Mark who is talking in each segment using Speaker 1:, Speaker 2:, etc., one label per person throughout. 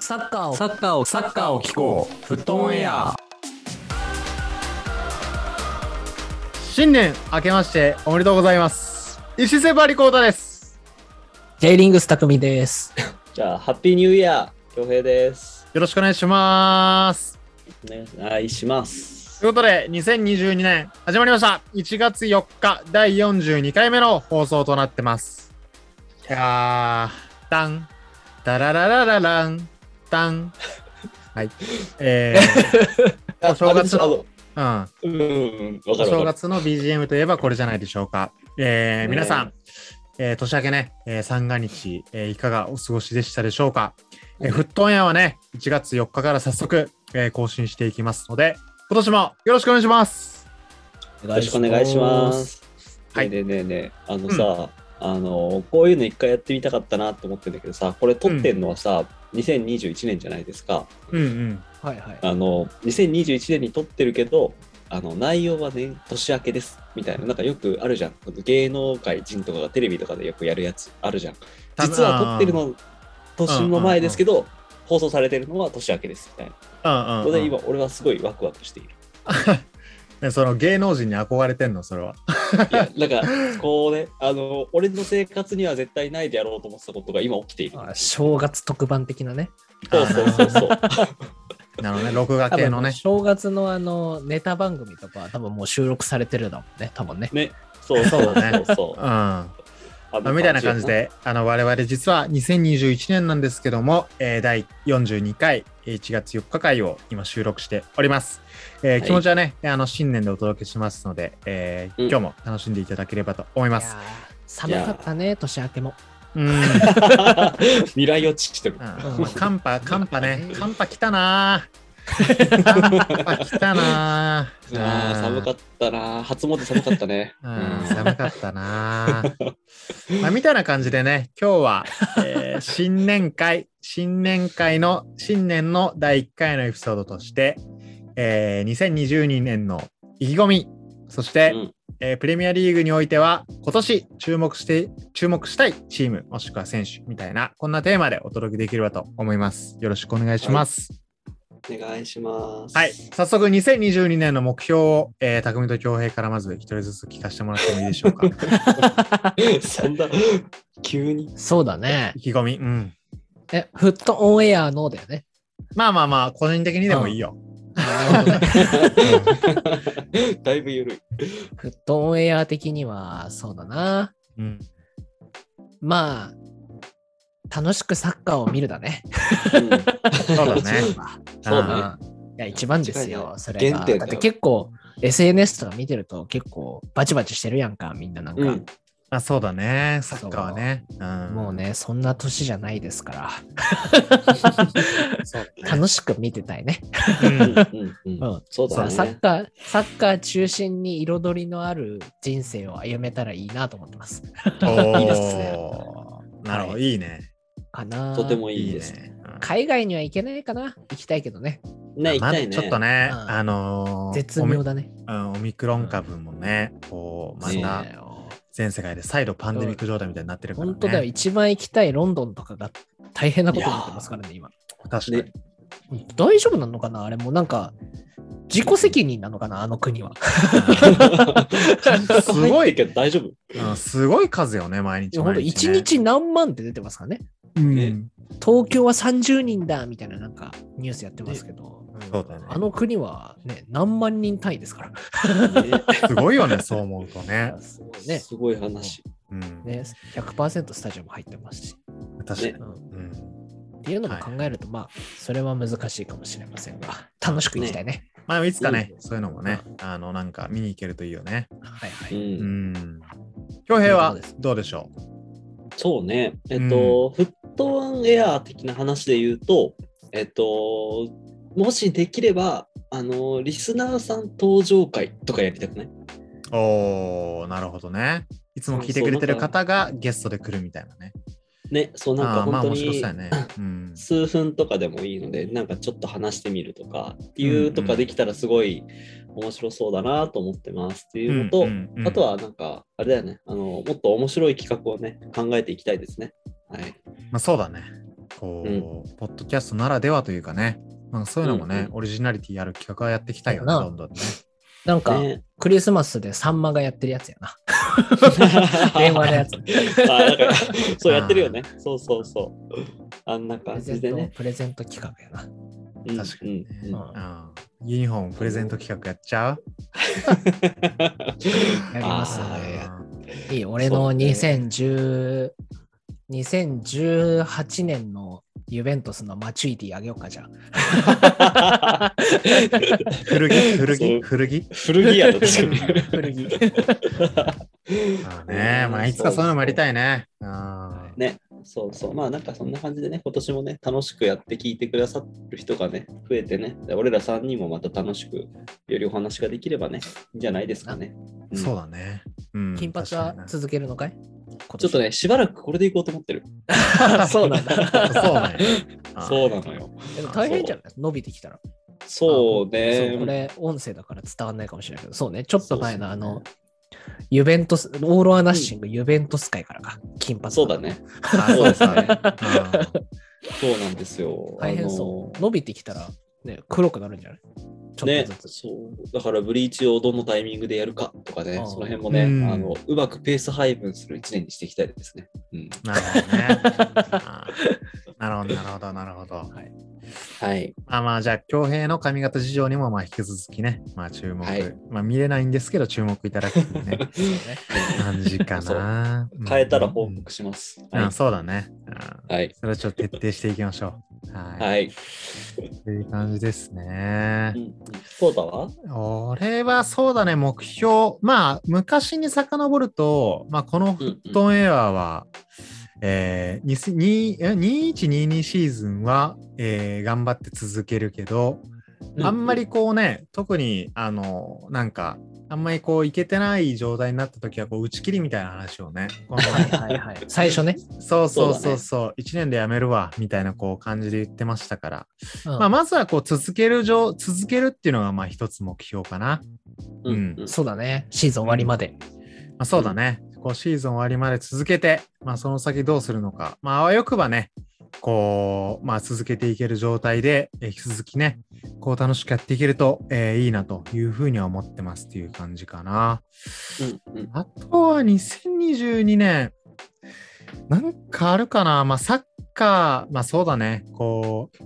Speaker 1: サッカーを
Speaker 2: サッカーを、サッカーを聞こう。フットオンエア。
Speaker 3: 新年明けましておめでとうございます。石瀬バリコータです。
Speaker 1: J リングス匠です。
Speaker 4: じゃあ、ハッピーニューイヤー、恭平です。
Speaker 3: よろしくお願いします。
Speaker 4: お願いします
Speaker 3: とい。うことで、2022年始まりました。1月4日、第42回目の放送となってます。いやー、ダン、ダラララララン、ダン。はい。え お正月の
Speaker 4: あの
Speaker 3: ー、うん。
Speaker 4: うんうん、わか
Speaker 3: お
Speaker 4: る
Speaker 3: 正
Speaker 4: わかる。
Speaker 3: 月の BGM といえばこれじゃないでしょうか。えー皆さん、えー年明けね、えー三が日、えーいかがお過ごしでしたでしょうか。えー、フットオンエアはね、1月4日から早速、えー更新していきますので、今年もよろしくお願いします。
Speaker 1: よ
Speaker 4: よろしくお願いしま。す。
Speaker 3: はい
Speaker 4: ねえねえねえねえ、あのさ、あの、こういうの一回やってみたかったなって思ってんだけどさ、これ撮ってんのはさ、2021年じゃないですか。
Speaker 3: うんうん。
Speaker 1: はいはい。
Speaker 4: あの、2021年に撮ってるけど、あの内容はね、年明けですみたいな、なんかよくあるじゃん。芸能界人とかがテレビとかでよくやるやつあるじゃん。
Speaker 3: た
Speaker 4: 実は撮ってるの、年の前ですけど、放送されてるのは年明けですみたいな。
Speaker 3: うん
Speaker 4: そ
Speaker 3: うん、
Speaker 4: れ
Speaker 3: う
Speaker 4: で
Speaker 3: ん
Speaker 4: 今、俺はすごいワクワクしている。
Speaker 3: ねその芸能人に憧れてんの、それは。
Speaker 4: いや、なんか、こうね、あの、俺の生活には絶対ないでやろうと思ってたことが今起きている。
Speaker 1: あ正月特番的なね。
Speaker 4: そうそうそうそう。
Speaker 3: なのね、録画
Speaker 1: 多
Speaker 3: 系
Speaker 1: 分
Speaker 3: のね。
Speaker 1: 正月のあのネタ番組とかは多分もう収録されてるだもんね。多分ね。
Speaker 4: ね、そうそう
Speaker 3: そうだね
Speaker 4: そうそう
Speaker 3: うん。ま
Speaker 4: あ
Speaker 3: あ
Speaker 4: の
Speaker 3: みたいな感じ。で、あの、我々実は2021年なんですけども、えー第42回、えー1月4日回を今収録しております。えー
Speaker 4: い
Speaker 3: 気持ちはね、あの、新年でお届けしますので、えー
Speaker 4: うん
Speaker 3: 今日も楽しんでいただければと思
Speaker 1: い
Speaker 3: いま
Speaker 1: やー
Speaker 3: す。
Speaker 1: 寒かったね、年明けも。
Speaker 3: うん。うん
Speaker 4: 未来予知してる。
Speaker 3: まあ寒波、寒波ね。寒波来たな ぁ寒波来たなぁ
Speaker 4: あー寒かったな。初詣寒かったね。う
Speaker 3: うん
Speaker 4: ん
Speaker 3: 寒かったなあ、まあ、みたいな感じでね今日は、えー新年会新年会の新年の第1回のエピソードとして、えー2022年の意気込みそして、
Speaker 4: うん
Speaker 3: えープレミアリーグにおいては今年注目して注目したいチームもしくは選手みたいなこんなテーマでお届けできればと思いますよろしくお願いします、
Speaker 4: お願いします。
Speaker 3: はい、早速2022年の目標を、えー、匠と恭平からまず一人ずつ聞かせてもらってもいいでしょうか。
Speaker 4: そんな、急に。
Speaker 1: そうだね
Speaker 3: 意。気込み、うん。
Speaker 1: え、フットオンエアのだよね。
Speaker 3: まあまあまあ、個人的にでもいいよ。
Speaker 1: なるほどね
Speaker 4: だいぶ緩い。
Speaker 1: フットオンエア的にはそうだな。
Speaker 3: うん。
Speaker 1: まあ、楽しくサッカーを見るだね。
Speaker 4: うん
Speaker 3: そうだね。
Speaker 4: そう
Speaker 3: あ
Speaker 4: ね
Speaker 3: あ。
Speaker 1: いや、一番です
Speaker 4: 間違い
Speaker 1: よ
Speaker 4: な、い
Speaker 1: それが。
Speaker 4: 原点だよ
Speaker 1: だって結構、SNS とか見てると結構バチバチしてるやんか、みんななんか。
Speaker 4: うん
Speaker 3: まあそうだね。サッカーはね。うん。
Speaker 1: もうね、そんな年じゃないですから。
Speaker 3: そうね。
Speaker 1: 楽しく見てたいね。
Speaker 3: うん
Speaker 4: うん
Speaker 1: う
Speaker 4: うんんそう
Speaker 1: そう
Speaker 4: だね。
Speaker 1: サッカー、サッカー中心に彩りのある人生を歩めたらいいなと思ってます。
Speaker 3: お
Speaker 4: いいですね
Speaker 3: ーなるほど、
Speaker 1: はい
Speaker 3: いね。
Speaker 1: かな
Speaker 4: とてもい
Speaker 3: い
Speaker 4: い
Speaker 3: い
Speaker 4: です。
Speaker 3: ね。うん
Speaker 1: 海外には行けないかな行きたいけどね。
Speaker 4: ね、行き
Speaker 3: まあ
Speaker 4: たいね。
Speaker 3: ちょっとね、
Speaker 1: うん
Speaker 3: あのー
Speaker 1: 絶
Speaker 3: オミ
Speaker 1: 妙だね。
Speaker 3: うんオミクロン株もね、こう、ま
Speaker 4: そう
Speaker 3: た
Speaker 1: だよ
Speaker 3: 全世界で再度パンデミック状態みたいになってるからね。
Speaker 1: 本当だよ。一番行きたいロンドンとかが大変なことになってますからね、今。
Speaker 3: 確かに。
Speaker 4: ね
Speaker 1: うん大丈夫なのかなあれもなんか、自己責任なのかなあの国は。
Speaker 4: すごいけど大丈夫。
Speaker 3: うんすごい数よね、毎日。
Speaker 1: 本当
Speaker 3: 毎
Speaker 1: 一
Speaker 3: ね
Speaker 1: 日何万って出てますからね。
Speaker 3: うん
Speaker 4: ね
Speaker 1: 東京は30人だみたいななんかニュースやってますけど、うん
Speaker 3: そうだね
Speaker 1: あの国はね、何万人単位ですから。
Speaker 3: すごいよね、そう思うとね。
Speaker 1: すごい
Speaker 4: ね、
Speaker 1: ね
Speaker 4: すごい話。
Speaker 3: うん、
Speaker 1: ね100%スタジアム入ってますし、
Speaker 3: 確かに。
Speaker 4: ね
Speaker 1: うん
Speaker 3: うん
Speaker 1: っていうのも考えると、まあ、それは難しいかもしれませんが、楽しくいきたいね。
Speaker 3: まあ、いつかね
Speaker 1: う、ん
Speaker 3: そういうのもね、あの、なんか見に行けるといいよね。
Speaker 1: はいは
Speaker 4: う。
Speaker 1: い。
Speaker 3: うんん。恭平はどうでしょ
Speaker 4: そうね。えっと、フットワンエアー的な話で言うと、えっと、もしできれば、あの、リスナーさん登場会とかやりたくないう
Speaker 3: おー、なるほどね。いつも聞いてくれてる方がゲストで来るみたいなね。
Speaker 4: ね、そうなん
Speaker 3: あ
Speaker 4: か
Speaker 3: あー、まあ
Speaker 4: 本
Speaker 3: 面
Speaker 4: 当
Speaker 3: 白そう
Speaker 4: に
Speaker 3: やね。うん。
Speaker 4: 数分とかでもいいので、なんかちょっと話してみるとか、いうとかできたらすごい面白そうだなと思ってますっていうのと、
Speaker 3: うんうん
Speaker 4: あとはなんか、あれだよね、あの、もっと面白い企画をね、考えていきたいですね。はい。
Speaker 3: まあ、そうだね。そう、
Speaker 4: うん
Speaker 3: ポッドキャストならではというかね、なんかそういうのもね、
Speaker 4: う
Speaker 3: オリジナリティある企画はやっていきたいよね、
Speaker 1: そうだな
Speaker 3: どんどんね。
Speaker 1: なんか、
Speaker 4: ね
Speaker 1: クリスマスでサンマがやってるやつやな。電
Speaker 4: 電
Speaker 1: 話のやつ。
Speaker 4: あなんかそうやってるよね。そうそうそう。あんな
Speaker 1: プ
Speaker 4: 感
Speaker 1: レ
Speaker 4: じ
Speaker 1: ゼ
Speaker 4: で
Speaker 1: ント
Speaker 4: ね。
Speaker 1: プレゼント企画やな。
Speaker 4: うん
Speaker 3: 確かにね、
Speaker 4: う
Speaker 3: うん
Speaker 4: うん
Speaker 1: ん
Speaker 3: んユニフォームプレゼント企画やっちゃう
Speaker 1: やります
Speaker 4: あー
Speaker 1: ね。
Speaker 4: や
Speaker 1: いい、俺
Speaker 4: そ
Speaker 1: の
Speaker 4: うね
Speaker 1: 2010 2018年のユベントスのマチュイティあげようかじゃ あ。
Speaker 3: 古着古
Speaker 4: そ
Speaker 3: 着
Speaker 4: う
Speaker 3: 古着
Speaker 4: 古着やろ、確かに。
Speaker 1: 古着。
Speaker 3: あーねまあいつかそういうのもやりたいね。あー
Speaker 4: ね、 そうそう。まあなんかそんな感じでね、今年もね、楽しくやって聞いてくださる人がね、増えてね、で俺ら3人もまた楽しく、よりお話ができればね、いいんじゃないですかね。うん
Speaker 3: そうだね。うん
Speaker 1: 金髪
Speaker 3: 確
Speaker 1: は
Speaker 3: かに
Speaker 1: 続けるのかい
Speaker 4: ちょっと。ね、しばらくこれでいこうと思ってる。
Speaker 1: なそうなんだ。
Speaker 3: なそうだね。あー
Speaker 4: そうなのよ。
Speaker 1: でも大変じゃない伸びてきたら。
Speaker 4: そう
Speaker 1: そうこ
Speaker 4: ね。
Speaker 1: れ音声だから伝わんないかもしれないけど、そうね、ちょっと前のあ
Speaker 4: そうそう
Speaker 1: の、ユベントス、オーロアナッシング、ユベントス会からか、金髪。
Speaker 4: そうだ。ね。
Speaker 3: あーそうですね。
Speaker 4: そうなんですよ。
Speaker 1: 大変
Speaker 4: あの
Speaker 1: そう。伸びてきたら、ね、黒くなるんじゃないちょっ
Speaker 4: ね
Speaker 1: とず、つ。
Speaker 4: そうだからブリーチをどのタイミングでやるかとかね
Speaker 1: あ、ー
Speaker 4: その辺もね、
Speaker 3: うん
Speaker 4: あのうまくペース配分する一年にしていきたいですね。うん、
Speaker 3: うんなるほどね。あーなるほど、なるほど、なるほど。
Speaker 4: はい、
Speaker 3: まあまあ、じゃあ、恭平の髪型事情にもまあ引き続きね、まあ注目、
Speaker 4: はい
Speaker 3: まあ見れないんですけど、注目いただくって いうね、感じかな。うん
Speaker 4: 変えたら報告します。
Speaker 3: うん
Speaker 4: は
Speaker 3: あそうだね。うん
Speaker 4: い、はい、
Speaker 3: それをちょっと徹底していきましょう。はい。
Speaker 4: はい。
Speaker 3: っていう感じですね
Speaker 4: う。ん、そうだわ。
Speaker 3: 俺はそうだね、目標。まあ、昔に遡ると、まあ、このフ
Speaker 4: うん
Speaker 3: ットンエアーは、えー、2000にえ2122シーズンは、えー頑張って続けるけど、
Speaker 4: うん
Speaker 3: あんまりこうね、特に、あの、なんか、あんまりこう、いけてない状態になった時は、こう、打ち切りみたいな話をね、この
Speaker 1: はいはいはい。最初ね。
Speaker 3: そうそう
Speaker 4: そうだ
Speaker 3: そう
Speaker 4: ね
Speaker 3: そう、1年でやめるわ、みたいなこう感じで言ってましたから、
Speaker 1: うん
Speaker 3: まあ、まずはこう続ける上、続けるっていうのがまあ一つ目標かな。
Speaker 4: うん
Speaker 3: うん
Speaker 4: うん
Speaker 1: そうだね。シーズン終わりまで。
Speaker 3: まあ、そうだね、こうシーズン終わりまで続けて、まあ、その先どうするのか、まああわよくばね、こう、まあ、続けていける状態で、え引き続きね、こう楽しくやっていけると、えーいいなというふうには思ってますっていう感じかな。
Speaker 4: うんうん
Speaker 3: あとは2022年、なんかあるかな、まあ、サッカー、まあそうだね、こう、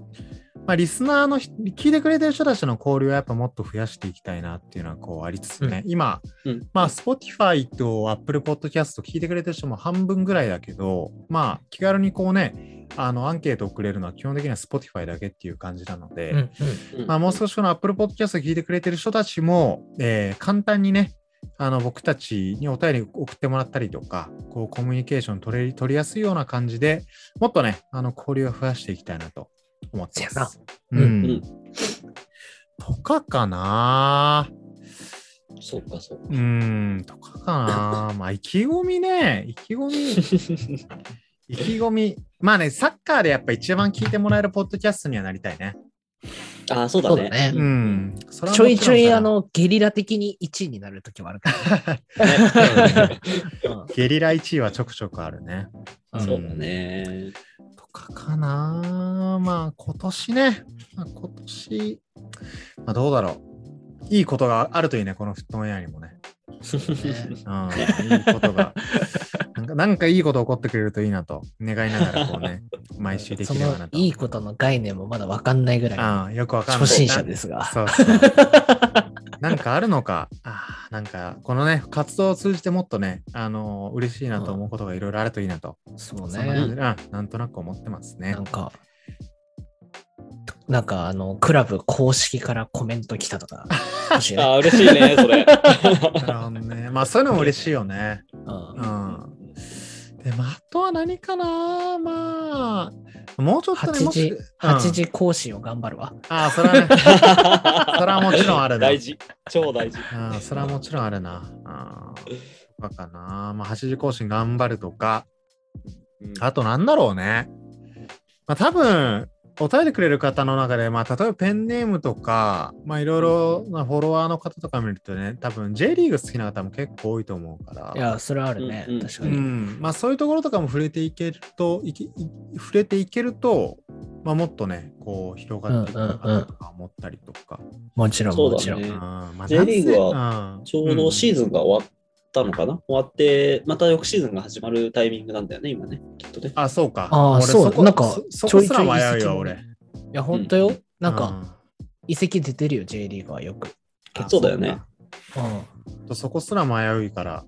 Speaker 3: まあ、リスナーの人聞いてくれてる人たちの交流はやっぱもっと増やしていきたいなっていうのはこうありつつね、今、
Speaker 4: うん
Speaker 3: まあ Spotify と Apple Podcast 聞いてくれてる人も半分ぐらいだけど、まあ気軽にこうね、あのアンケートをくれるのは基本的には Spotify だけっていう感じなので、
Speaker 1: うんうん
Speaker 4: うん
Speaker 3: まあ、もう少しこの Apple Podcast を聞いてくれてる人たちも、えー簡単にね、あの僕たちにお便りを送ってもらったりとか、こうコミュニケーション取れ取りやすいような感じでもっとね、あの交流を増やしていきたいなと思ってます。
Speaker 1: そうやな
Speaker 4: うん
Speaker 3: とかかな
Speaker 4: そうかそうか。
Speaker 3: うん、とかかなまあ、意気込みね、意気込み、 意気込み。まあね、サッカーでやっぱ一番聞いてもらえるポッドキャストにはなりたいね。
Speaker 4: ああ、そうだ
Speaker 1: そうだね
Speaker 4: ね。
Speaker 3: う。ん。それはも
Speaker 1: ちょい
Speaker 3: ろん
Speaker 1: ちょい、
Speaker 3: さ
Speaker 1: あ の、ゲリラ的に1位になるときもあるか
Speaker 4: ね
Speaker 1: ら。うん
Speaker 3: ゲリラ1位はちょくちょくあるね。
Speaker 1: うん
Speaker 4: そうだね。
Speaker 3: とかかなまあ今年ね、まあ、今年、まあ、どうだろう。いいことがあるといいね、このフットンエアにもね。うん、いいこと が。なんか、なんかいいこと起こってくれるといいなと、願いながらこう ね、毎週で
Speaker 1: そ
Speaker 3: きれば
Speaker 1: の
Speaker 3: なと。
Speaker 1: いいことの概念もまだわかんないぐらいの
Speaker 3: うん、よくわかんない。
Speaker 1: 初心者ですが。
Speaker 3: そうそうなんかあるのか、あーなんかこのね、活動を通じてもっとね、あのー嬉しいなと思うことがいろいろあるといいなと、
Speaker 1: そう
Speaker 3: そんな感
Speaker 1: ね
Speaker 3: じ。で、うんなんとなく思ってますね
Speaker 1: な。んか、なんかあの、クラブ公式からコメント来たとか、欲しいね
Speaker 4: ああ、嬉しいね、それ。
Speaker 3: なるほどね。 まあそういうのも嬉しいよね。
Speaker 1: うん
Speaker 3: うん。で、まああとは何かなまあ、もうちょっとね、
Speaker 1: 8
Speaker 3: もし
Speaker 1: 時、8時更新を頑張るわ。
Speaker 3: ああ、それはね、それはもちろんあるな
Speaker 4: 大事。超大事。
Speaker 3: ああ、それはもちろんあるな。ああ、とかかな。まあ8時更新頑張るとか、
Speaker 4: うん
Speaker 3: あとなんだろうね。まあ多分、お便りくれる方の中で、まあ、例えばペンネームとか、まあ、いろいろなフォロワーの方とか見るとね、多分 J リーグ好きな方も結構多いと思うから。
Speaker 1: いや、それはあるね
Speaker 4: うんう。ん
Speaker 1: 確か
Speaker 3: う
Speaker 1: に。
Speaker 3: ん、まあそういうところとかも触れていけると、いきい触れていけると、まあもっとね、こう広がっていくのかなとか思ったりとか。
Speaker 1: もちろん、
Speaker 4: そうだ
Speaker 1: も
Speaker 4: ね
Speaker 1: ちろん。
Speaker 3: うんまあ
Speaker 4: J リーグ
Speaker 3: なんせ
Speaker 4: ちょうどシー
Speaker 3: ん
Speaker 4: ズンが終わったのかな、終わって、また翌シーズンが始まるタイミングなんだよね、今ね、きっとね。
Speaker 3: あ、そうか。
Speaker 1: あー
Speaker 3: 俺
Speaker 1: そう
Speaker 3: こ
Speaker 1: なんか
Speaker 3: そそ
Speaker 1: ちょ
Speaker 3: こ
Speaker 1: い
Speaker 3: す
Speaker 1: ちょ
Speaker 3: ら
Speaker 1: い
Speaker 3: 迷う
Speaker 1: 移籍
Speaker 3: よ、
Speaker 1: も
Speaker 3: 俺。
Speaker 1: いや、本当よ。なん
Speaker 3: う
Speaker 1: か、、遺跡出てるよ、J リーグはよく。
Speaker 3: あ
Speaker 4: そうだよ
Speaker 1: う
Speaker 4: ね。
Speaker 3: ちょっとそこすら迷うから。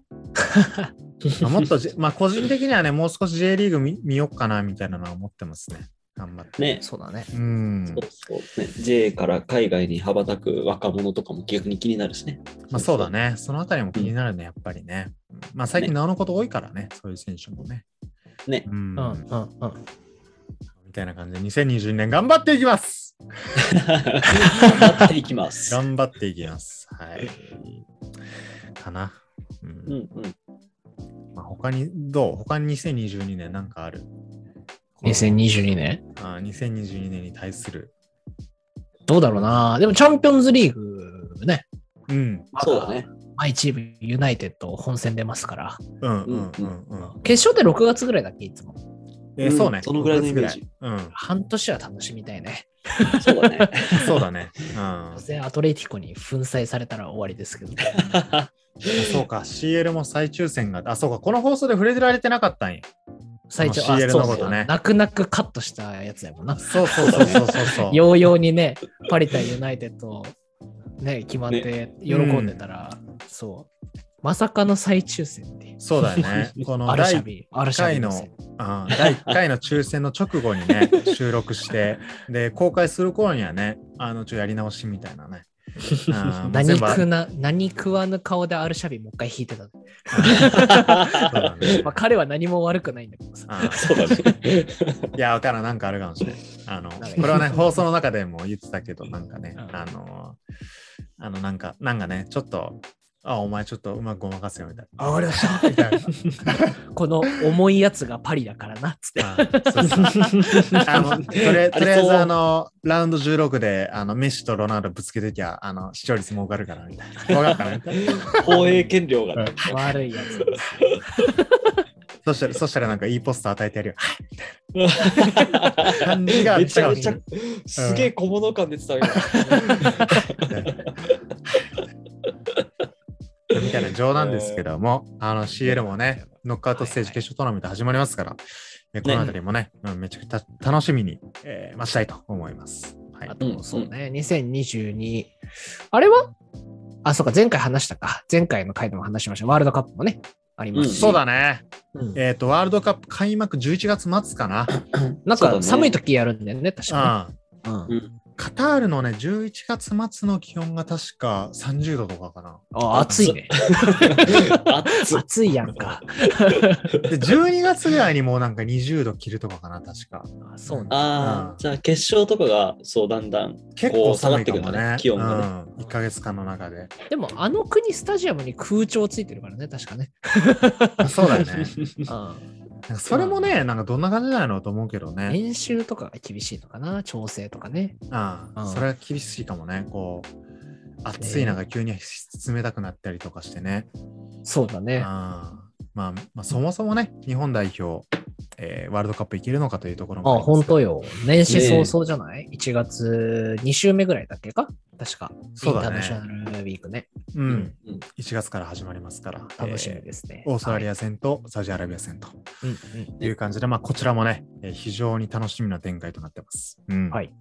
Speaker 3: まあも っとじ、まあ個人的にはね、もう少し J リーグ見見よっかなみたいなのは思ってますね。頑張って。
Speaker 4: ね
Speaker 1: ん。そうだね。
Speaker 3: うん
Speaker 4: そう。そうね、J から海外に羽ばたく若者とかも逆に気になるしね。
Speaker 3: まあそうだね。そのあたりも気になるね、やっぱりね。まあ最近、なおのこと多いからね、そういう選手もね。
Speaker 4: ね
Speaker 3: う。
Speaker 1: うんんうんうん。
Speaker 3: みたいな感じで、2020年頑張っていきます
Speaker 4: 頑張っていきます。
Speaker 3: 頑張っていきます。はい。かな。うん。
Speaker 4: うんうん。
Speaker 3: まあ他に、どう他に2022年なんかある
Speaker 1: 2022年
Speaker 3: あー ?2022 年に対する。
Speaker 1: どうだろうな。でも、チャンピオンズリーグね。
Speaker 3: うん。
Speaker 4: そうだね。
Speaker 1: 毎チームユナイテッド本戦出ますから。
Speaker 3: うんうんうんうん。
Speaker 1: 決勝って6月ぐらいだっけ、いつも。
Speaker 3: えー
Speaker 4: うん
Speaker 3: そうね。
Speaker 4: そのぐらいのイメージ
Speaker 3: うん。
Speaker 1: 半年は楽しみたいね。
Speaker 4: そうだね。
Speaker 3: そうだね。
Speaker 1: 当然、アトレティコに粉砕されたら終わりですけ ど。
Speaker 3: うん。そうか、CL も再抽選が。あ、そうか、この放送で触れられてなかったんや。
Speaker 1: 最初、
Speaker 3: あの CL
Speaker 1: そう
Speaker 3: のことね
Speaker 1: そう泣く泣くカットしたやつやもんな。
Speaker 3: そうそうそうそうそうそう。
Speaker 1: ヨーヨーにね、パリ対ユナイテッド、ね、決まって喜んでたら、そう。まさかの再抽選っていう。
Speaker 3: そうだよ ね。この
Speaker 1: アル
Speaker 3: 第
Speaker 1: シャ
Speaker 3: 1
Speaker 1: ビ、アルシャビ
Speaker 3: 回の、うん第1回の抽選の直後にね、収録して、 で、公開する頃にはね、あの、ちょ、やり直しみたいなね。 うん
Speaker 1: 何
Speaker 3: 全部あ
Speaker 1: 食な、何食わぬ顔でアルシャビもう一回引いてた。
Speaker 3: そうだ ね
Speaker 1: まあ、彼は何も悪くないんだけどさ。
Speaker 3: うん
Speaker 4: そうだね。
Speaker 3: いや、わからん、なんかあるかもしれない。あの、こ
Speaker 1: か
Speaker 3: れはね、放送の中でも言ってたけど、なんかね、
Speaker 1: うん
Speaker 3: あの、あの、なんか、なんかね、ちょっと、あ、お前ちょっとうまくごまかせよみたいな。あ、わかりましたみたいな。
Speaker 1: この重いやつがパリだからなっつ って。
Speaker 3: あそうそう あのとりあえ
Speaker 4: ありそ
Speaker 3: と
Speaker 4: う
Speaker 3: りあえずあのラウンド16であのメッシとロナウドぶつけてきゃあの視聴率儲かるからみたいな。 分かったね。
Speaker 4: 放映権料がね。
Speaker 1: 悪いやつ。
Speaker 3: そしたらそしたらなんかいいポスター与え てやるよ。 感じが違う
Speaker 4: めちゃめちゃ、すげえ小物感出てたよ。
Speaker 3: みたいな冗談ですけども、あの CL もね、ノックアウトステージ決勝トーナメント始まりますから、えこのあたりもね、うんめちゃくちゃ楽しみに、えーまあ、したいと思います。はい
Speaker 1: あ、と、そうね、2022。あれはあ、そうか、前回話したか。前回の回でも話しました。ワールドカップもね、ありますし。
Speaker 3: そうだね、
Speaker 1: うん
Speaker 3: えっ、と、ワールドカップ開幕11月末かな。
Speaker 1: なん
Speaker 4: そうだ
Speaker 1: か
Speaker 4: ね
Speaker 1: 寒い時やるんだよね、確か
Speaker 3: うん
Speaker 1: に。うん
Speaker 3: カタールのね、11月末の気温が確か30度とかかな。
Speaker 1: あ暑いね。
Speaker 4: 熱っ
Speaker 1: 暑いやんか。
Speaker 3: で、12月ぐらいにもうなんか20度切るとかかな、確か。
Speaker 1: あそうね。
Speaker 3: う
Speaker 4: あ
Speaker 3: ん、
Speaker 4: あじゃあ決勝とかが、そう、だんだん。
Speaker 3: 結
Speaker 4: こ
Speaker 3: 構
Speaker 4: う下が
Speaker 3: 寒
Speaker 4: っ
Speaker 3: い
Speaker 4: て
Speaker 3: か
Speaker 4: くる
Speaker 3: も
Speaker 4: んだ
Speaker 3: ね
Speaker 4: ね。気温がね
Speaker 3: うん、1ヶ月間の中で。
Speaker 1: でも、あの国スタジアムに空調ついてるからね、確かね。
Speaker 3: あそうだよね。
Speaker 1: うん
Speaker 3: なんかそれもね、なんかどんな感じなのと思うけどね。
Speaker 1: 練習とかが厳しいのかな、調整とかね。
Speaker 3: ああ
Speaker 1: うん
Speaker 3: それは厳しいかもね。こう、暑い中急に冷たくなったりとかしてね。
Speaker 1: そうだね。
Speaker 3: ああまあ、まあ、そもそもね、日本代表、えーワールドカップいけるのかというところも
Speaker 1: あ、
Speaker 3: ります
Speaker 1: 本当よ。年始
Speaker 4: ねえ
Speaker 1: 早々じゃない、?1 月2週目ぐらいだっけか確か。
Speaker 3: そうだね
Speaker 1: インターナショナルウィークね。
Speaker 3: う
Speaker 4: うんん。。うん
Speaker 3: 1月から始まりますから。
Speaker 1: 楽しみ
Speaker 3: えー
Speaker 1: ですね。
Speaker 3: オーストラリ
Speaker 1: ア。
Speaker 3: ア戦とサウジアラビア戦と
Speaker 1: うんうん
Speaker 3: いう感じで、まあ、こちらもね、えー非常に楽しみな展開となってます。うん
Speaker 1: はい。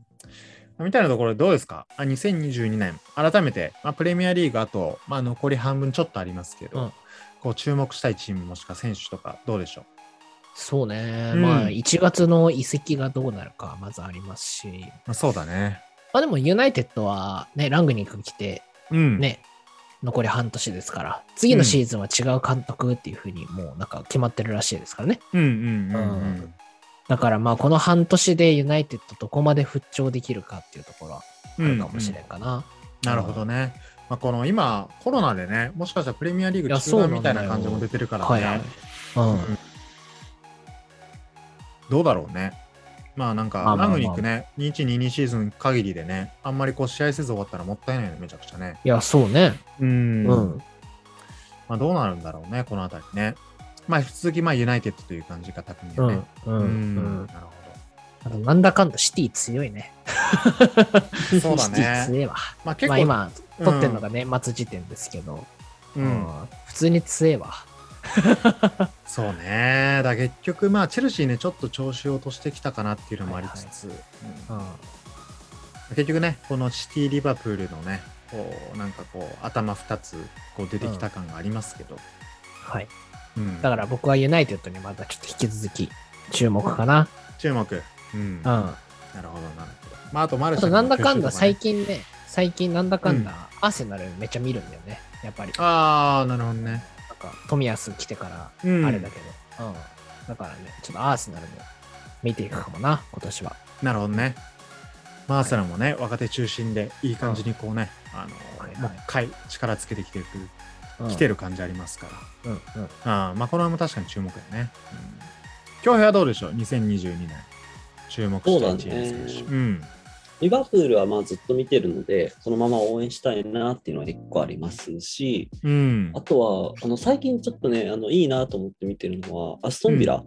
Speaker 3: みたいなところでどうですかあ ?2022 年、改めて、まあ、プレミアリーグあと、まあ、残り半分ちょっとありますけど、
Speaker 1: うん
Speaker 3: こう注目したいチームもしくは選手とかどうでしょう、
Speaker 1: そうね。
Speaker 3: うん
Speaker 1: まあ、1月の移籍がどうなるか、まずありますし。
Speaker 3: まあ、そうだね。
Speaker 1: まあでも、ユナイテッドは、ね、ラングニック来て、
Speaker 3: うん。
Speaker 1: ね、残り半年ですから、次のシーズンは違う監督っていうふうに、もうなんか決まってるらしいですからね。
Speaker 3: うんうんうんうん。
Speaker 1: うんだからまあ、この半年でユナイテッドどこまで復調できるかっていうところはあるかもしれんかな。
Speaker 3: なるほどね。まあ、この今、コロナでね、もしかしたらプレミアリーグ
Speaker 1: いや
Speaker 3: 中
Speaker 1: そうな
Speaker 3: 断
Speaker 1: んだよ
Speaker 3: みたいな感じも出てるからね。
Speaker 1: はいはい。うん。
Speaker 3: どうだろうね。まあなん
Speaker 2: ま
Speaker 3: か、
Speaker 2: あまあまあ
Speaker 3: ラグニックね、2122シーズン限りでね、あんまりこう試合せず終わったらもったいないね、めちゃくちゃね。
Speaker 1: いや、そうね。
Speaker 3: うん
Speaker 1: うん。
Speaker 3: まあどうなるんだろうね、このあたりね。まあ、引き続き、まあ、ユナイテッドという感じが巧み
Speaker 1: う
Speaker 3: だね
Speaker 1: ん。。う。
Speaker 3: うんなるほ
Speaker 1: あとなんだかんだシティ強いね。
Speaker 3: ど。そう だ
Speaker 1: シティ
Speaker 3: ね。
Speaker 1: 強いわ。
Speaker 3: まあ、結
Speaker 1: まあ
Speaker 3: 構、
Speaker 1: 今、取ってんのが年末時点ですけど、
Speaker 3: う
Speaker 1: うんん普通に強いわ。
Speaker 3: そうね。だから結局、まあ、チェルシーね、ちょっと調子を落としてきたかなっていうのもありつつ、うん
Speaker 1: うん
Speaker 3: 結局ね、このシティ・リバプールのね、こう、なんかこう、頭2つ、こう出てきた感がありますけど、
Speaker 1: はい。
Speaker 3: うん
Speaker 1: だから僕はユナイテッドにまたちょっと引き続き注目かな。
Speaker 3: 注目。うん。
Speaker 1: う。
Speaker 3: なんるほど、なるほど。まあ、あと、マル
Speaker 1: あ
Speaker 3: シャ
Speaker 1: と、
Speaker 3: ン
Speaker 1: なんだかんだ最
Speaker 3: 近。
Speaker 1: 近ね、最近なんだかん
Speaker 3: う
Speaker 1: だ、アーセナルめっちゃ見るんだよね。やっぱり。なん
Speaker 3: ああ、なるほどね。
Speaker 1: か、冨安来てから、
Speaker 3: うん
Speaker 1: あれだけど。うん。だからね、ちょっとアーセナルも見ていくかもな、今年は。
Speaker 3: なるほどね。マーセラもね、若手中心で、いい感じにこうね、あの、
Speaker 1: はいはい
Speaker 3: もう一回力つけてきてる、
Speaker 1: うん
Speaker 3: 来てる感じありますから。
Speaker 1: うんうん。
Speaker 3: ああまあ、この辺も確かに注目だよね。うん。京平はどうでしょう ?2022 年。注目していチーム
Speaker 4: そうだね
Speaker 3: うん。
Speaker 4: リバプールはまあずっと見てるので、そのまま応援したいなっていうのは一個ありますし、
Speaker 3: うん
Speaker 4: あ。とは、あの最近ちょっとね、あのいいなと思って見てるのは、アストンビラ、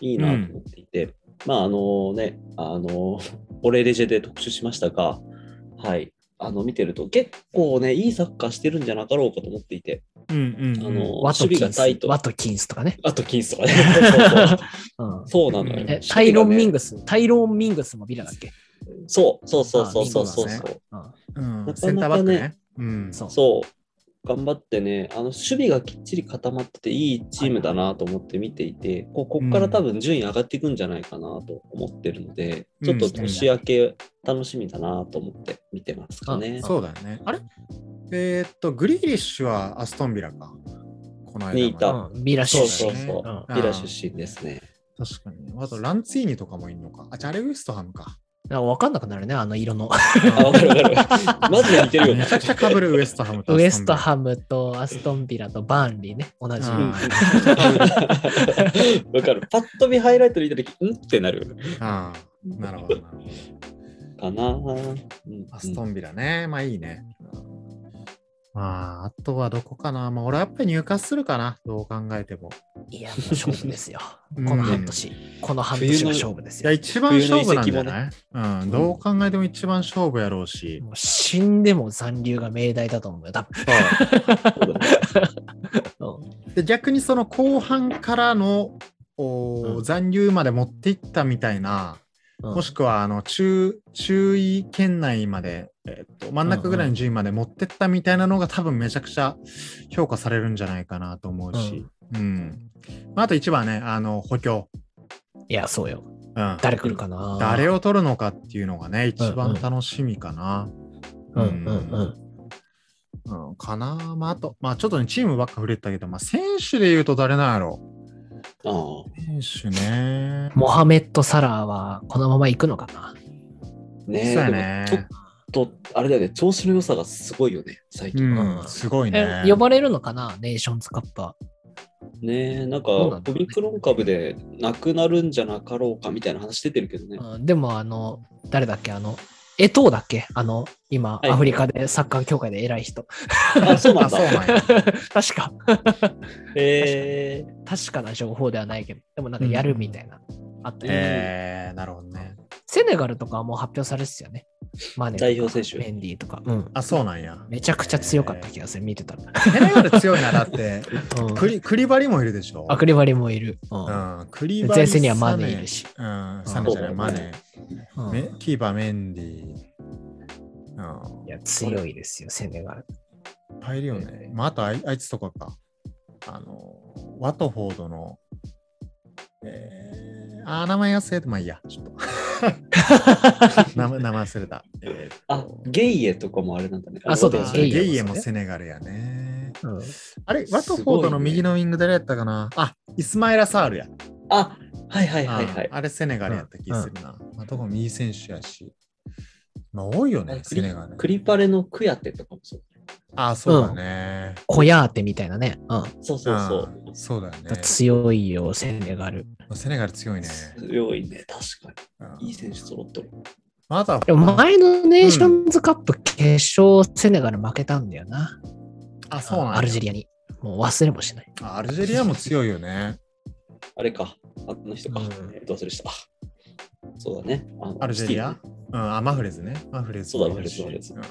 Speaker 4: いいなと思っていて、まああのね、あの、 オレレジェで特集しましたが、はい、あの見てると結構ね、いいサッカーしてるんじゃなかろうかと思っていて、
Speaker 3: うんうんうん。
Speaker 4: あの
Speaker 1: ワトキ
Speaker 4: 守備
Speaker 1: ン
Speaker 4: が
Speaker 1: ス
Speaker 4: タイ、ト
Speaker 1: ワトキンスとかね。
Speaker 4: あとキンスとかね。 そうそうそう
Speaker 1: うん。
Speaker 4: そうなのよ。
Speaker 1: え、タイロン・ミン
Speaker 4: グ。
Speaker 1: グス、タイロン・ミングスもビラだっけ
Speaker 4: そうそうそうそうそう
Speaker 1: あ
Speaker 4: そ
Speaker 1: そう
Speaker 4: う
Speaker 1: だね
Speaker 4: そう。
Speaker 1: うん。
Speaker 3: う、
Speaker 4: なんか
Speaker 3: センターバックね。
Speaker 4: なか
Speaker 3: うん。
Speaker 1: そう。
Speaker 4: そう、頑張ってね、あの守備がきっちり固まってて、いいチームだなと思って見ていて、こうこっから多分順位上がっていくんじゃないかなと思ってるので、
Speaker 3: うん
Speaker 4: ちょっと年明け楽しみだなと思って見てますかね。
Speaker 3: そうだよね。あれえーっと、グリーリッシュはアストンビラか。この間まで。
Speaker 4: にいた
Speaker 1: うんビラ出
Speaker 4: そう
Speaker 1: 身。
Speaker 4: そう
Speaker 1: う
Speaker 4: そう
Speaker 1: ん。
Speaker 3: うん
Speaker 4: ビラ出身ですね。
Speaker 3: 確かに。あと、ランツィーニとかもいんのか。あ、じゃああれウエストハムか。
Speaker 1: なんか分かんなくなるね、あの色の。
Speaker 4: あ、わかるわ かる。マジで似てるよ
Speaker 3: め
Speaker 4: ね。
Speaker 3: ちゃくちゃ被るウエストハムと
Speaker 1: ウエストハ
Speaker 3: ム。
Speaker 1: ムとアストンビラとバーンリーね、同じ。
Speaker 3: うん
Speaker 4: わかる。パッと見ハイライト見たとき、んってなる
Speaker 3: ああ、なるほど、なるほど。
Speaker 4: かな。うん
Speaker 3: アストンビラね。まあいいね。まあ、あとはどこかな。まあ俺はやっぱり入荷するかな。どう考えても。
Speaker 1: いや、もう勝負ですよ。
Speaker 3: うん
Speaker 1: この半年、この半年が勝負です
Speaker 3: いや、
Speaker 1: よ。
Speaker 3: 一番勝負なんじゃない、うん、どう考えても一番勝負やろうし。
Speaker 1: もう死んでも残留が命題だと思うよ、多
Speaker 4: そうだね
Speaker 1: 分。
Speaker 3: で逆にその後半からのおー
Speaker 1: うん
Speaker 3: 残留まで持っていったみたいな、
Speaker 1: うん
Speaker 3: もしくはあの中中位圏内まで、えっと真ん中ぐらいの順位まで持ってったみたいなのが多分めちゃくちゃ評価されるんじゃないかなと思うし、うんまあ、あと一番ねあの補強、
Speaker 1: いや、そうよ。
Speaker 3: うん、
Speaker 1: 誰来るかな
Speaker 3: 誰
Speaker 1: を
Speaker 3: を取るのかっていうのがね一番楽しみかな。
Speaker 1: うんうんうん。
Speaker 3: うんかな、まあ、あと、まあ、ちょっとね、チームばっか触れてたけど、まあ、選手で言うと誰なんやろ
Speaker 4: あー
Speaker 3: う選手ね。
Speaker 1: モハメッド・サラーはこのまま行くのかな
Speaker 4: ねえ、
Speaker 3: そうやね
Speaker 4: でもちょっと、あれだよね、調子の良さがすごいよね、最
Speaker 3: う
Speaker 4: 近。
Speaker 3: ん、すごいね
Speaker 1: え。呼ばれるのかなネーションズカップは。
Speaker 4: ねえ、なんか、
Speaker 1: そうなんだ
Speaker 4: オミクロン株でなくなるんじゃなかろうかみたいな話出てるけどね。
Speaker 1: うんでも、あの、誰だっけあの、エトーだっけあの、今、
Speaker 4: はい
Speaker 1: アフリカでサッカー協会で偉い人。
Speaker 4: あ、そうなん
Speaker 3: あ、
Speaker 4: だ
Speaker 3: そう。なんや。
Speaker 1: 確か。
Speaker 4: へえ
Speaker 1: 確かな情報ではないけど、でもなんかやるみたいな、あったよね
Speaker 3: えー、なるほどね。
Speaker 1: セネガルとかはもう発表されてたよね。マネとか
Speaker 4: 代表選手
Speaker 1: メンディーとか。うん。
Speaker 3: あ、そうなんや。
Speaker 1: めちゃくちゃ強かった気がする、見てたら。
Speaker 3: セネガル強いな、だって、
Speaker 1: うん
Speaker 3: クリクリバリもいるでしょ。
Speaker 1: アクリバリもいる。うん
Speaker 3: うん、クリバリ。
Speaker 1: 前線にはマネいるし
Speaker 3: サネ。うん、サネじゃない、マネ。
Speaker 1: うん
Speaker 3: めキーパー、メンディー。うん、
Speaker 1: いや強いですよ、セネガル。
Speaker 3: いっぱいいるよね。まあ、あとあい、あいつとかか。あの、ワトフォードの、えー、あー、名前忘れて、まあいいや、ちょっ と。名前名前忘れた。えー
Speaker 4: あ、ゲイエとかもあれなんだね。
Speaker 1: あそうだよ
Speaker 4: の
Speaker 1: ゲイエ
Speaker 3: ゲイエもセネガルやね。
Speaker 1: うん
Speaker 3: あれ、ワトフォードの右のウィング誰やったかな、あ、イスマイラ・サールや。
Speaker 4: あ、はいはいはいはい
Speaker 3: あ。あれ、セネガルやった気するな。まあ、どこもいい選手やし。まあ、多いよね、
Speaker 4: ク
Speaker 3: セ
Speaker 4: リ
Speaker 3: ネガル。
Speaker 4: クリパレのクヤテとかもそう。
Speaker 3: あ、そうだね。
Speaker 1: コヤーテみたいなね。うん。
Speaker 4: そうそうそ。
Speaker 3: うんそうだよね。
Speaker 1: 強いよ、セネガル。
Speaker 3: セネガル強いうね。
Speaker 4: 強いね、確か
Speaker 3: うん
Speaker 4: に。いい選手揃ってる。
Speaker 3: まだ、
Speaker 1: でも前のネーションズカップ決勝、セネガル負けたんだよな。
Speaker 3: あ、そうなんだ
Speaker 1: アルジェリアに。もう忘れもしない。
Speaker 3: あアルジェリアも強いよね。
Speaker 4: あれか、あの人か、
Speaker 1: うん
Speaker 4: えーと忘れした。そうだね。あの
Speaker 3: アルジェリアうん、あ、マフレズね。マフレズ
Speaker 4: そうだ
Speaker 3: もいるし
Speaker 4: マフレズ
Speaker 3: う
Speaker 4: マ
Speaker 3: ん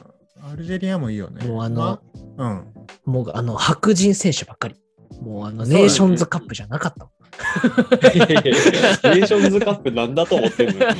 Speaker 3: アルジェリアもいいよね。
Speaker 1: もうあの
Speaker 3: まうん。
Speaker 1: もうあの白人選手ばっかり。もうあの
Speaker 4: そうだね
Speaker 1: ネーションズカップじゃなかったもん。
Speaker 4: スティーブいやいやいやネーションズカップなんだと思ってるのよ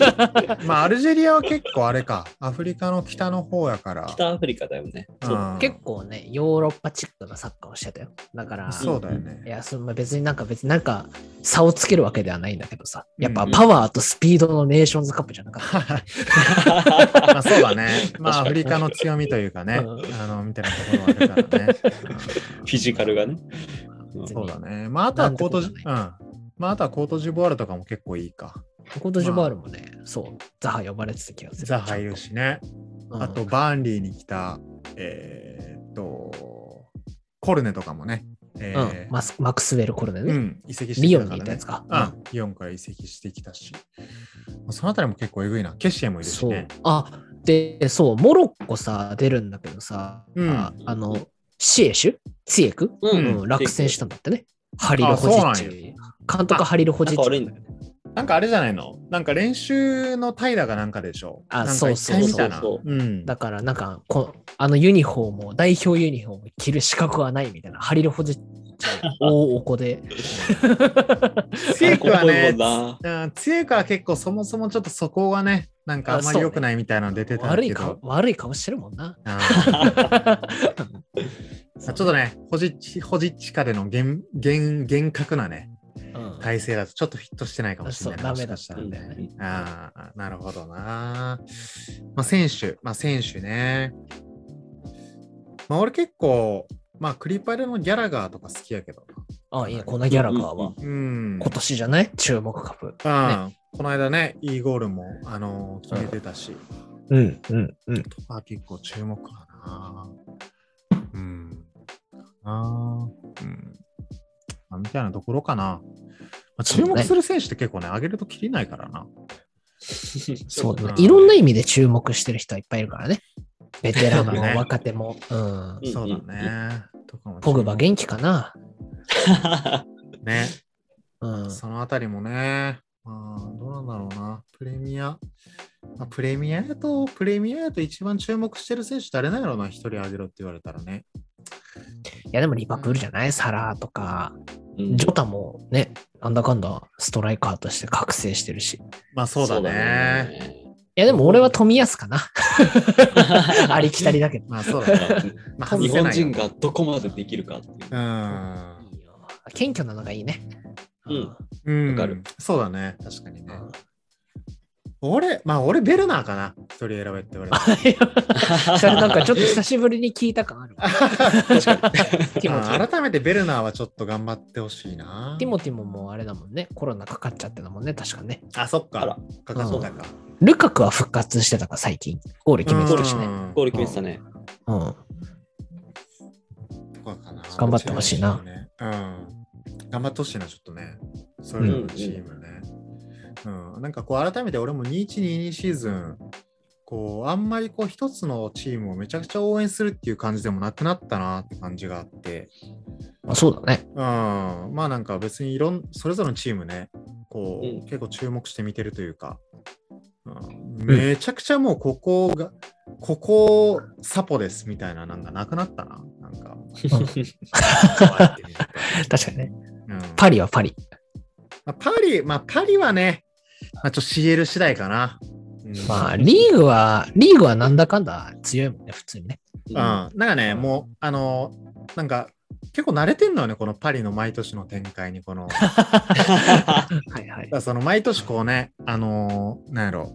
Speaker 3: まあ、アルジェリアは結構あれか、アフリカの北の方やから。
Speaker 4: 北アフリカだよね。そう
Speaker 3: うん
Speaker 1: 結構ね、ヨーロッパチックなサッカーをしてたよ。だから、
Speaker 3: そうだよ
Speaker 1: い
Speaker 3: ね。
Speaker 1: やそのまあ別になんか別になんか差をつけるわけではないんだけどさ。やっぱパワーとスピードのネーションズカップじゃなかった。
Speaker 3: まあそう だね。まあア
Speaker 4: 確かに
Speaker 3: フリカの強みというかね、
Speaker 1: うん
Speaker 3: あのみたいなところはあるからね。
Speaker 4: フィジカルがね。
Speaker 1: 別
Speaker 3: そう
Speaker 1: に
Speaker 3: だね。まああとはコートジ、
Speaker 1: なんて
Speaker 3: うん。
Speaker 1: こ
Speaker 3: まああとはコートジボワールとかも結構いいか。
Speaker 1: コートジョバールもね、そう、ザハ呼ばれてた気がする。
Speaker 3: ザ入るしね。
Speaker 1: うん。
Speaker 3: あとバーンリーに来た、えーっと、コルネとかもね。え
Speaker 1: うん、
Speaker 3: ー
Speaker 1: マスマクスウェル・コルネ
Speaker 3: う
Speaker 1: ね。
Speaker 3: ん、移籍して
Speaker 1: リ
Speaker 3: き
Speaker 1: ヨ
Speaker 3: た
Speaker 1: ン
Speaker 3: か
Speaker 1: にい
Speaker 3: ら
Speaker 1: たや
Speaker 3: ね
Speaker 1: つ。か。
Speaker 3: うん、リヨンから移籍してきたし。そのあたりも結構えぐいな。ケシエもいるし
Speaker 1: そう
Speaker 3: ね。。
Speaker 1: あ、で、そう、モロッコさ、出るんだけどさ、
Speaker 3: うん
Speaker 1: ああの、シエシュツイエク、
Speaker 4: う
Speaker 1: うんん落選したんだってね。ハリル・ホジ
Speaker 3: あ
Speaker 1: ッ
Speaker 3: そ
Speaker 1: チ
Speaker 3: うなん。
Speaker 1: 監督はハリル・ホジッ
Speaker 4: 仲
Speaker 1: チ。
Speaker 4: 悪いんだよね。
Speaker 3: なんかあれじゃないのなんか練習の怠惰がなんかでしょ
Speaker 1: あ
Speaker 3: なんか
Speaker 1: そうそう
Speaker 3: 一回見たな
Speaker 4: そう
Speaker 3: うん。
Speaker 1: だから、なんかこ、あのユニフォームを、代表ユニフォームを着る資格はないみたいな、ハリル・ホジッチ、大おこ で。
Speaker 3: 強くは ね
Speaker 4: ここもな、
Speaker 3: うん強くは結構そもそもちょっとそこがね、なんかあんまり良くないみたいなの出てた
Speaker 1: 悪
Speaker 3: け
Speaker 1: いか
Speaker 3: ど。
Speaker 1: 悪い顔してるもんな。
Speaker 3: うんちょっとね、ホジッチ、ホジッチカでの厳厳厳格なね、
Speaker 1: うん
Speaker 3: 体制だとちょっとフィットしてないかもし
Speaker 1: そ
Speaker 3: れ
Speaker 1: う、
Speaker 3: ない。
Speaker 1: ダメだ
Speaker 3: も
Speaker 1: っ
Speaker 3: したかしたら
Speaker 1: んだよね。
Speaker 3: ああ、なるほどな。まあ、選手、まあ、選手ね。まあ、俺結構、まあ、クリパレのギャラガーとか好きやけど
Speaker 1: あ、いいね、このギャラガー
Speaker 4: うんう
Speaker 1: は
Speaker 3: な。うん。
Speaker 4: んうん。
Speaker 1: 今年じゃない注目株。
Speaker 3: うんこの間ね、いいゴールも、あのー決めてたし、
Speaker 1: うん、うん、うん。
Speaker 3: とか結構注目かな。うん。ああ、うん。まあ、みたいなところかな。まあ、注目する選手って結構ね、上げると切りないからな。
Speaker 1: そうだね。
Speaker 3: うん
Speaker 1: いろんな意味で注目してる人はいっぱいいるからね。ベテラン
Speaker 3: そうだね
Speaker 1: も若手も。うん。
Speaker 4: ん
Speaker 3: そうだね。とかも
Speaker 1: ポグバ元気かな
Speaker 3: ね。
Speaker 1: うん。
Speaker 3: そのあたりもね、まあ、どうなんだろうな、プレミア、まあ、プレミアやと、プレミアやと一番注目してる選手誰なんやろうな、一人あげろって言われたらね。
Speaker 1: いやでもリバプールじゃないサラーとか、
Speaker 4: うん
Speaker 1: ジョタもね、なんだかんだストライカーとして覚醒してるし。い
Speaker 3: まあそうだね。。
Speaker 1: やでも俺は富安 かな。ありきたりだけど。
Speaker 3: まあそうだね。まあ外
Speaker 4: 日
Speaker 3: せ
Speaker 4: 本
Speaker 3: ないよ。
Speaker 4: 人がどこまでできるか っていう。
Speaker 3: うん。
Speaker 1: いいよ謙虚なのがいいね。
Speaker 4: うん
Speaker 3: うん。
Speaker 4: わかる。
Speaker 3: そうだね。確かにね。
Speaker 1: うん
Speaker 3: 俺、まあ俺、ベルナーかな。一人選べって言われた。
Speaker 1: それなんかちょっと久しぶりに聞いた感ある。ティモティ
Speaker 3: うん改めてベルナーはちょっと頑張ってほしいな。
Speaker 1: ティモティももうあれだもんね、コロナかかっちゃってたもんね、確かね。
Speaker 3: あ、そっ
Speaker 4: あ。
Speaker 3: からかかったか。
Speaker 1: ルカクは復活してたか、最近。ゴール決めてるし
Speaker 3: う
Speaker 1: ね。
Speaker 3: ん
Speaker 4: ゴール決めてたね。
Speaker 1: うん。
Speaker 3: とかかな
Speaker 1: 頑張ってほしいな。
Speaker 3: うん。頑張ってほしいな、ちょっとね。それぞれのチームね。うん、なんかこう改めて俺も2122シーズン、こうあんまりこう一つのチームをめちゃくちゃ応援するっていう感じでもなくなったなって感じがあって、
Speaker 1: まあ、そうだね
Speaker 3: う。ん、まあなんか別にいろんそれぞれのチームね、こう、
Speaker 4: うん
Speaker 3: 結構注目して見てるというか、うん、めちゃくちゃもうここが、ここサポですみたいななんかなくなったな、なん か。こうやって見てて
Speaker 1: 確かにね。
Speaker 3: うん
Speaker 1: パリはパリ。
Speaker 3: まあ、パリ、まあ、パリはね、まあ、ちょっと CL 次第かな。うん
Speaker 1: まあ、リーグは、リーグはなんだかんだ強いもんね、普通にね。
Speaker 3: うん、なんかね、もう、あの、なんか、結構慣れてんのよね、このパリの毎年の展開に、この、だか
Speaker 1: はいはい。
Speaker 3: らその毎年こうね、あの、なんやろ、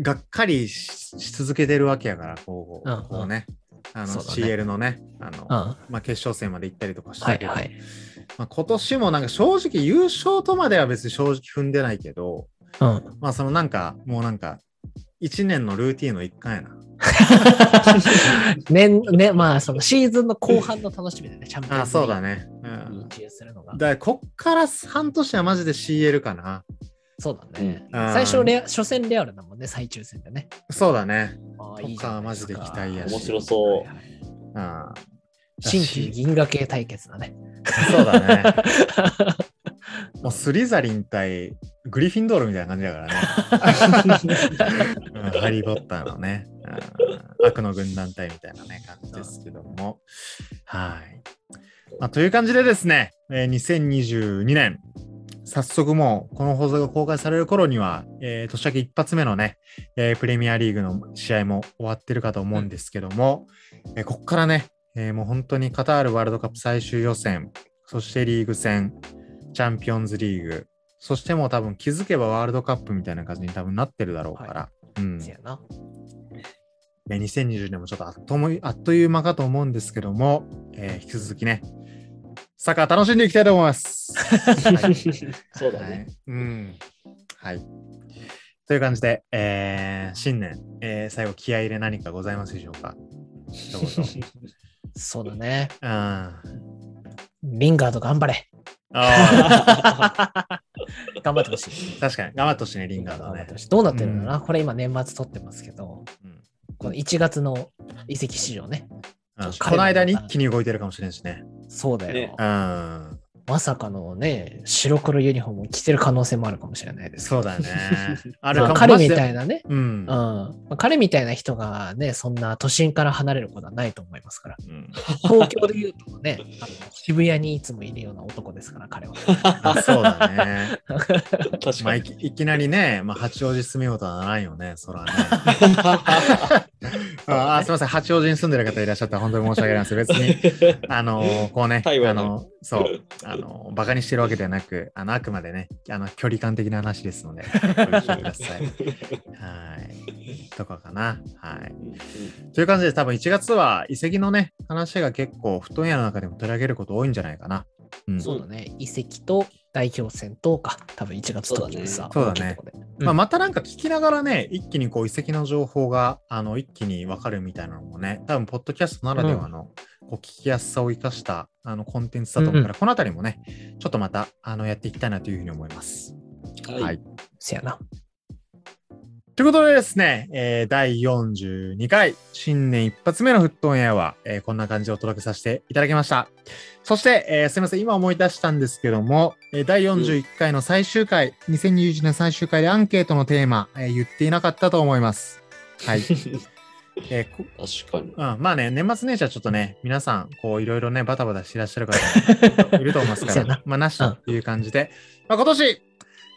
Speaker 3: がっかりしし続けてるわけやから、こう、
Speaker 1: うん
Speaker 3: こうね、あの、
Speaker 1: そうだね
Speaker 3: CL のね、あの、
Speaker 1: うん。は
Speaker 3: まあ、決勝戦まで行ったりとかした
Speaker 1: い
Speaker 3: け ど、
Speaker 1: はい。
Speaker 3: まあ、今年もなんか正直優勝とまでは別に正直踏んでないけど、
Speaker 1: うん。
Speaker 3: まあそのなんかもうなんか一年のルーティンの一環やな。
Speaker 1: ね、ね、まあ、そのシーズンの後半の楽しみだね、チャンピオンズリーグ
Speaker 3: あ、そうだね。うん
Speaker 1: に。一遊するのが。
Speaker 3: だからこっから半年はマジで CL かな。
Speaker 1: そうだね。
Speaker 3: うんうん
Speaker 1: 最初レア、初戦レアルだもんね、最中戦でね。
Speaker 3: そうだね。
Speaker 1: あ
Speaker 3: とかマジで期待やし。
Speaker 4: 面白そう
Speaker 3: はいはいうん。
Speaker 1: 新旧銀河系対決だね。
Speaker 3: そうだね。もうスリザリン対グリフィンドールみたいな感じだからね。うんハリー・ポッターのね、うん悪の軍団隊みたいなね、感じですけども。はい。まあ、という感じでですね、えー2022年、早速もうこの放送が公開される頃には、えー年明け一発目のね、えープレミアリーグの試合も終わってるかと思うんですけども、えーここからね、えーもう本当にカタールワールドカップ最終予選、そしてリーグ戦、チャンピオンズリーグ、そしてもう多分気づけばワールドカップみたいな感じに多分なってるだろうから、うん、
Speaker 1: せやな。
Speaker 3: ね2020年もちょっとあっともあっという間かと思うんですけども、えー引き続きね、サッカー楽しんでいきたいと思い ます。
Speaker 4: そうだ
Speaker 3: はい
Speaker 4: ね。。
Speaker 3: うん。はい。という感じで、えー新年、えー最後気合い入れ何かございますでしょうか一言
Speaker 1: そうだね。
Speaker 3: うん。あ
Speaker 1: リンガード頑張れ。
Speaker 3: あ、
Speaker 1: 頑張ってほしい。
Speaker 3: 確かに。頑張ってほしいね、リンガードは
Speaker 1: 頑張っ
Speaker 3: ね
Speaker 1: てほ。しいどうなってるのかな、これ今年末撮ってますけど、
Speaker 3: うん
Speaker 1: この1月の移籍市場ね。
Speaker 3: うん
Speaker 1: 確かに
Speaker 3: この間に一気に動いてるかもしれんしね。
Speaker 1: そうだよ。
Speaker 4: ね
Speaker 3: うん。
Speaker 1: まさかのね、白黒ユニフォームを着てる可能性もあるかもしれないです。
Speaker 3: そ うだね。あ
Speaker 1: あ
Speaker 3: るかも
Speaker 1: 彼み
Speaker 3: マ
Speaker 1: た
Speaker 3: ジで
Speaker 1: いなね、
Speaker 3: う
Speaker 1: うん
Speaker 3: ん。
Speaker 1: まあ彼みたいな人がね、そんな都心から離れることはないと思いますから。
Speaker 3: うん
Speaker 1: 東京で言うとね、あの渋谷にいつもいるような男ですから、彼は。
Speaker 3: あそうだね。
Speaker 4: 確
Speaker 3: まあ、
Speaker 4: か
Speaker 3: い
Speaker 4: に。
Speaker 3: きいきなりね、まあ、八王子住みようとはならんよね、そら ね。ああすみません、八王子に住んでる方いらっしゃったら本当に申し訳ないです。別に、 あのこうね、
Speaker 4: 台
Speaker 3: あ
Speaker 4: 湾の
Speaker 3: のそう、あのバカにしてるわけではなく、あの、あくまでね、あの、距離感的な話ですので、ご了承ください。はい。とかかな。はい。という感じで、多分1月は遺跡のね、話が結構、布団屋の中でも取り上げること多いんじゃないかな。うん。
Speaker 1: そうだね、移籍と代表戦とか、多分1月とかさ、
Speaker 3: そうだね
Speaker 1: 大きいとこでうん
Speaker 3: まあ、またなんか聞きながらね、一気にこう遺跡の情報があの一気にわかるみたいなのもね、多分ポッドキャストならではの、こう聞きやすさを生かしたあのコンテンツだと思うから、このあたりもね、ちょっとまたあのやっていきたいなというふうに思います。
Speaker 4: はい
Speaker 3: はい
Speaker 1: せやな。
Speaker 3: ということでですね、えー第42回新年一発目のフットオンエアは、えーこんな感じでお届けさせていただきました。そして、えーすみません、今思い出したんですけども、えー第41回の最終回、2021年最終回でアンケートのテーマ、えー言っていなかったと思います。はい。えーこ
Speaker 4: 確かに。
Speaker 3: うん、まあね、年末年始はちょっとね、皆さん、こう、いろいろね、バタバタしてらっしゃる方いる と思いますか
Speaker 1: そうや
Speaker 3: ら
Speaker 1: な、
Speaker 3: まあ、なしという感じで、まあ、今年、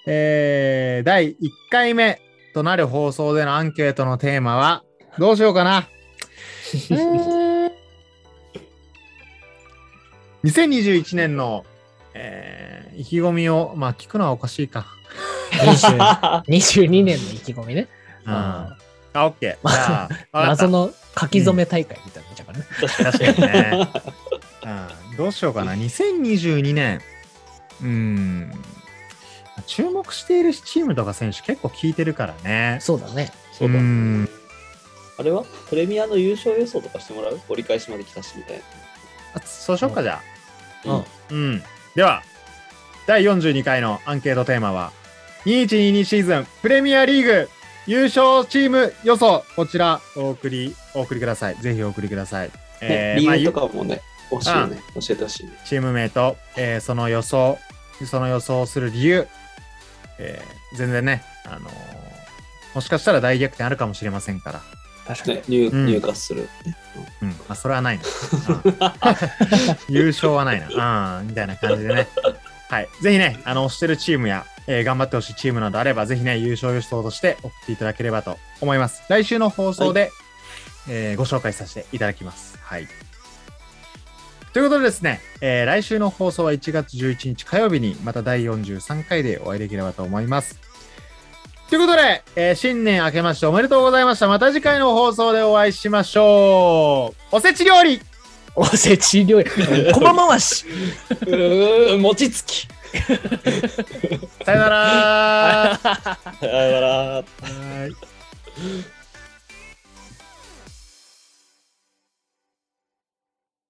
Speaker 3: えー、第1回目となる放送でのアンケートのテーマは、どうしようかな。 うーん2021年の、えー、意気込みを、まあ、聞くのはおかしいか。
Speaker 1: 20 22年の意気込みね。
Speaker 3: うん、あ、OK。じゃあ、 わかっ
Speaker 1: 謎
Speaker 3: た。
Speaker 1: の書き初め大会みたいなのじゃからね。
Speaker 3: 確かにね。うんどうしようかな。2022年。うーん。注目しているチームとか選手結構聞いてるからね。
Speaker 1: そうだね。
Speaker 4: そうだ
Speaker 3: う
Speaker 4: ね
Speaker 3: ん。
Speaker 4: あれはプレミアの優勝予想とかしてもらう折り返しまで来たしみたい
Speaker 3: あそうしようか、じゃ
Speaker 4: な。
Speaker 1: うん
Speaker 3: あ。うん。では、第42回のアンケートテーマは、2122シーズンプレミアリーグ優勝チーム予想。こちら、お送り、お送りください。ぜひお送りください。
Speaker 4: ね
Speaker 3: ーまあ
Speaker 4: 理由とかもね、欲しいよね。教えてほしいね。
Speaker 3: チーム名と、えーその予想、その予想をする理由、えー全然ね、あのーもしかしたら大逆転あるかもしれませんから、
Speaker 1: 確かに
Speaker 4: ね。入
Speaker 3: うん
Speaker 4: 入荷する。
Speaker 3: うん、まあ、それはないな。うん優勝はないな、うん、みたいな感じでね。はい、ぜひね、あの、推してるチームや、えー頑張ってほしいチームなどあれば、ぜひね、優勝予想として送っていただければと思います。来週の放送で、えーご紹介させていただきます。はい。ということでですね、えー来週の放送は1月11日火曜日に、また第43回でお会いできればと思います。ということで、えー新年明けましておめでとうございました。また次回の放送でお会いしましょう。おせち料理
Speaker 1: おせち料理。駒回し。
Speaker 4: うーん、餅つき。
Speaker 3: さよなら
Speaker 4: さよなら。
Speaker 3: はい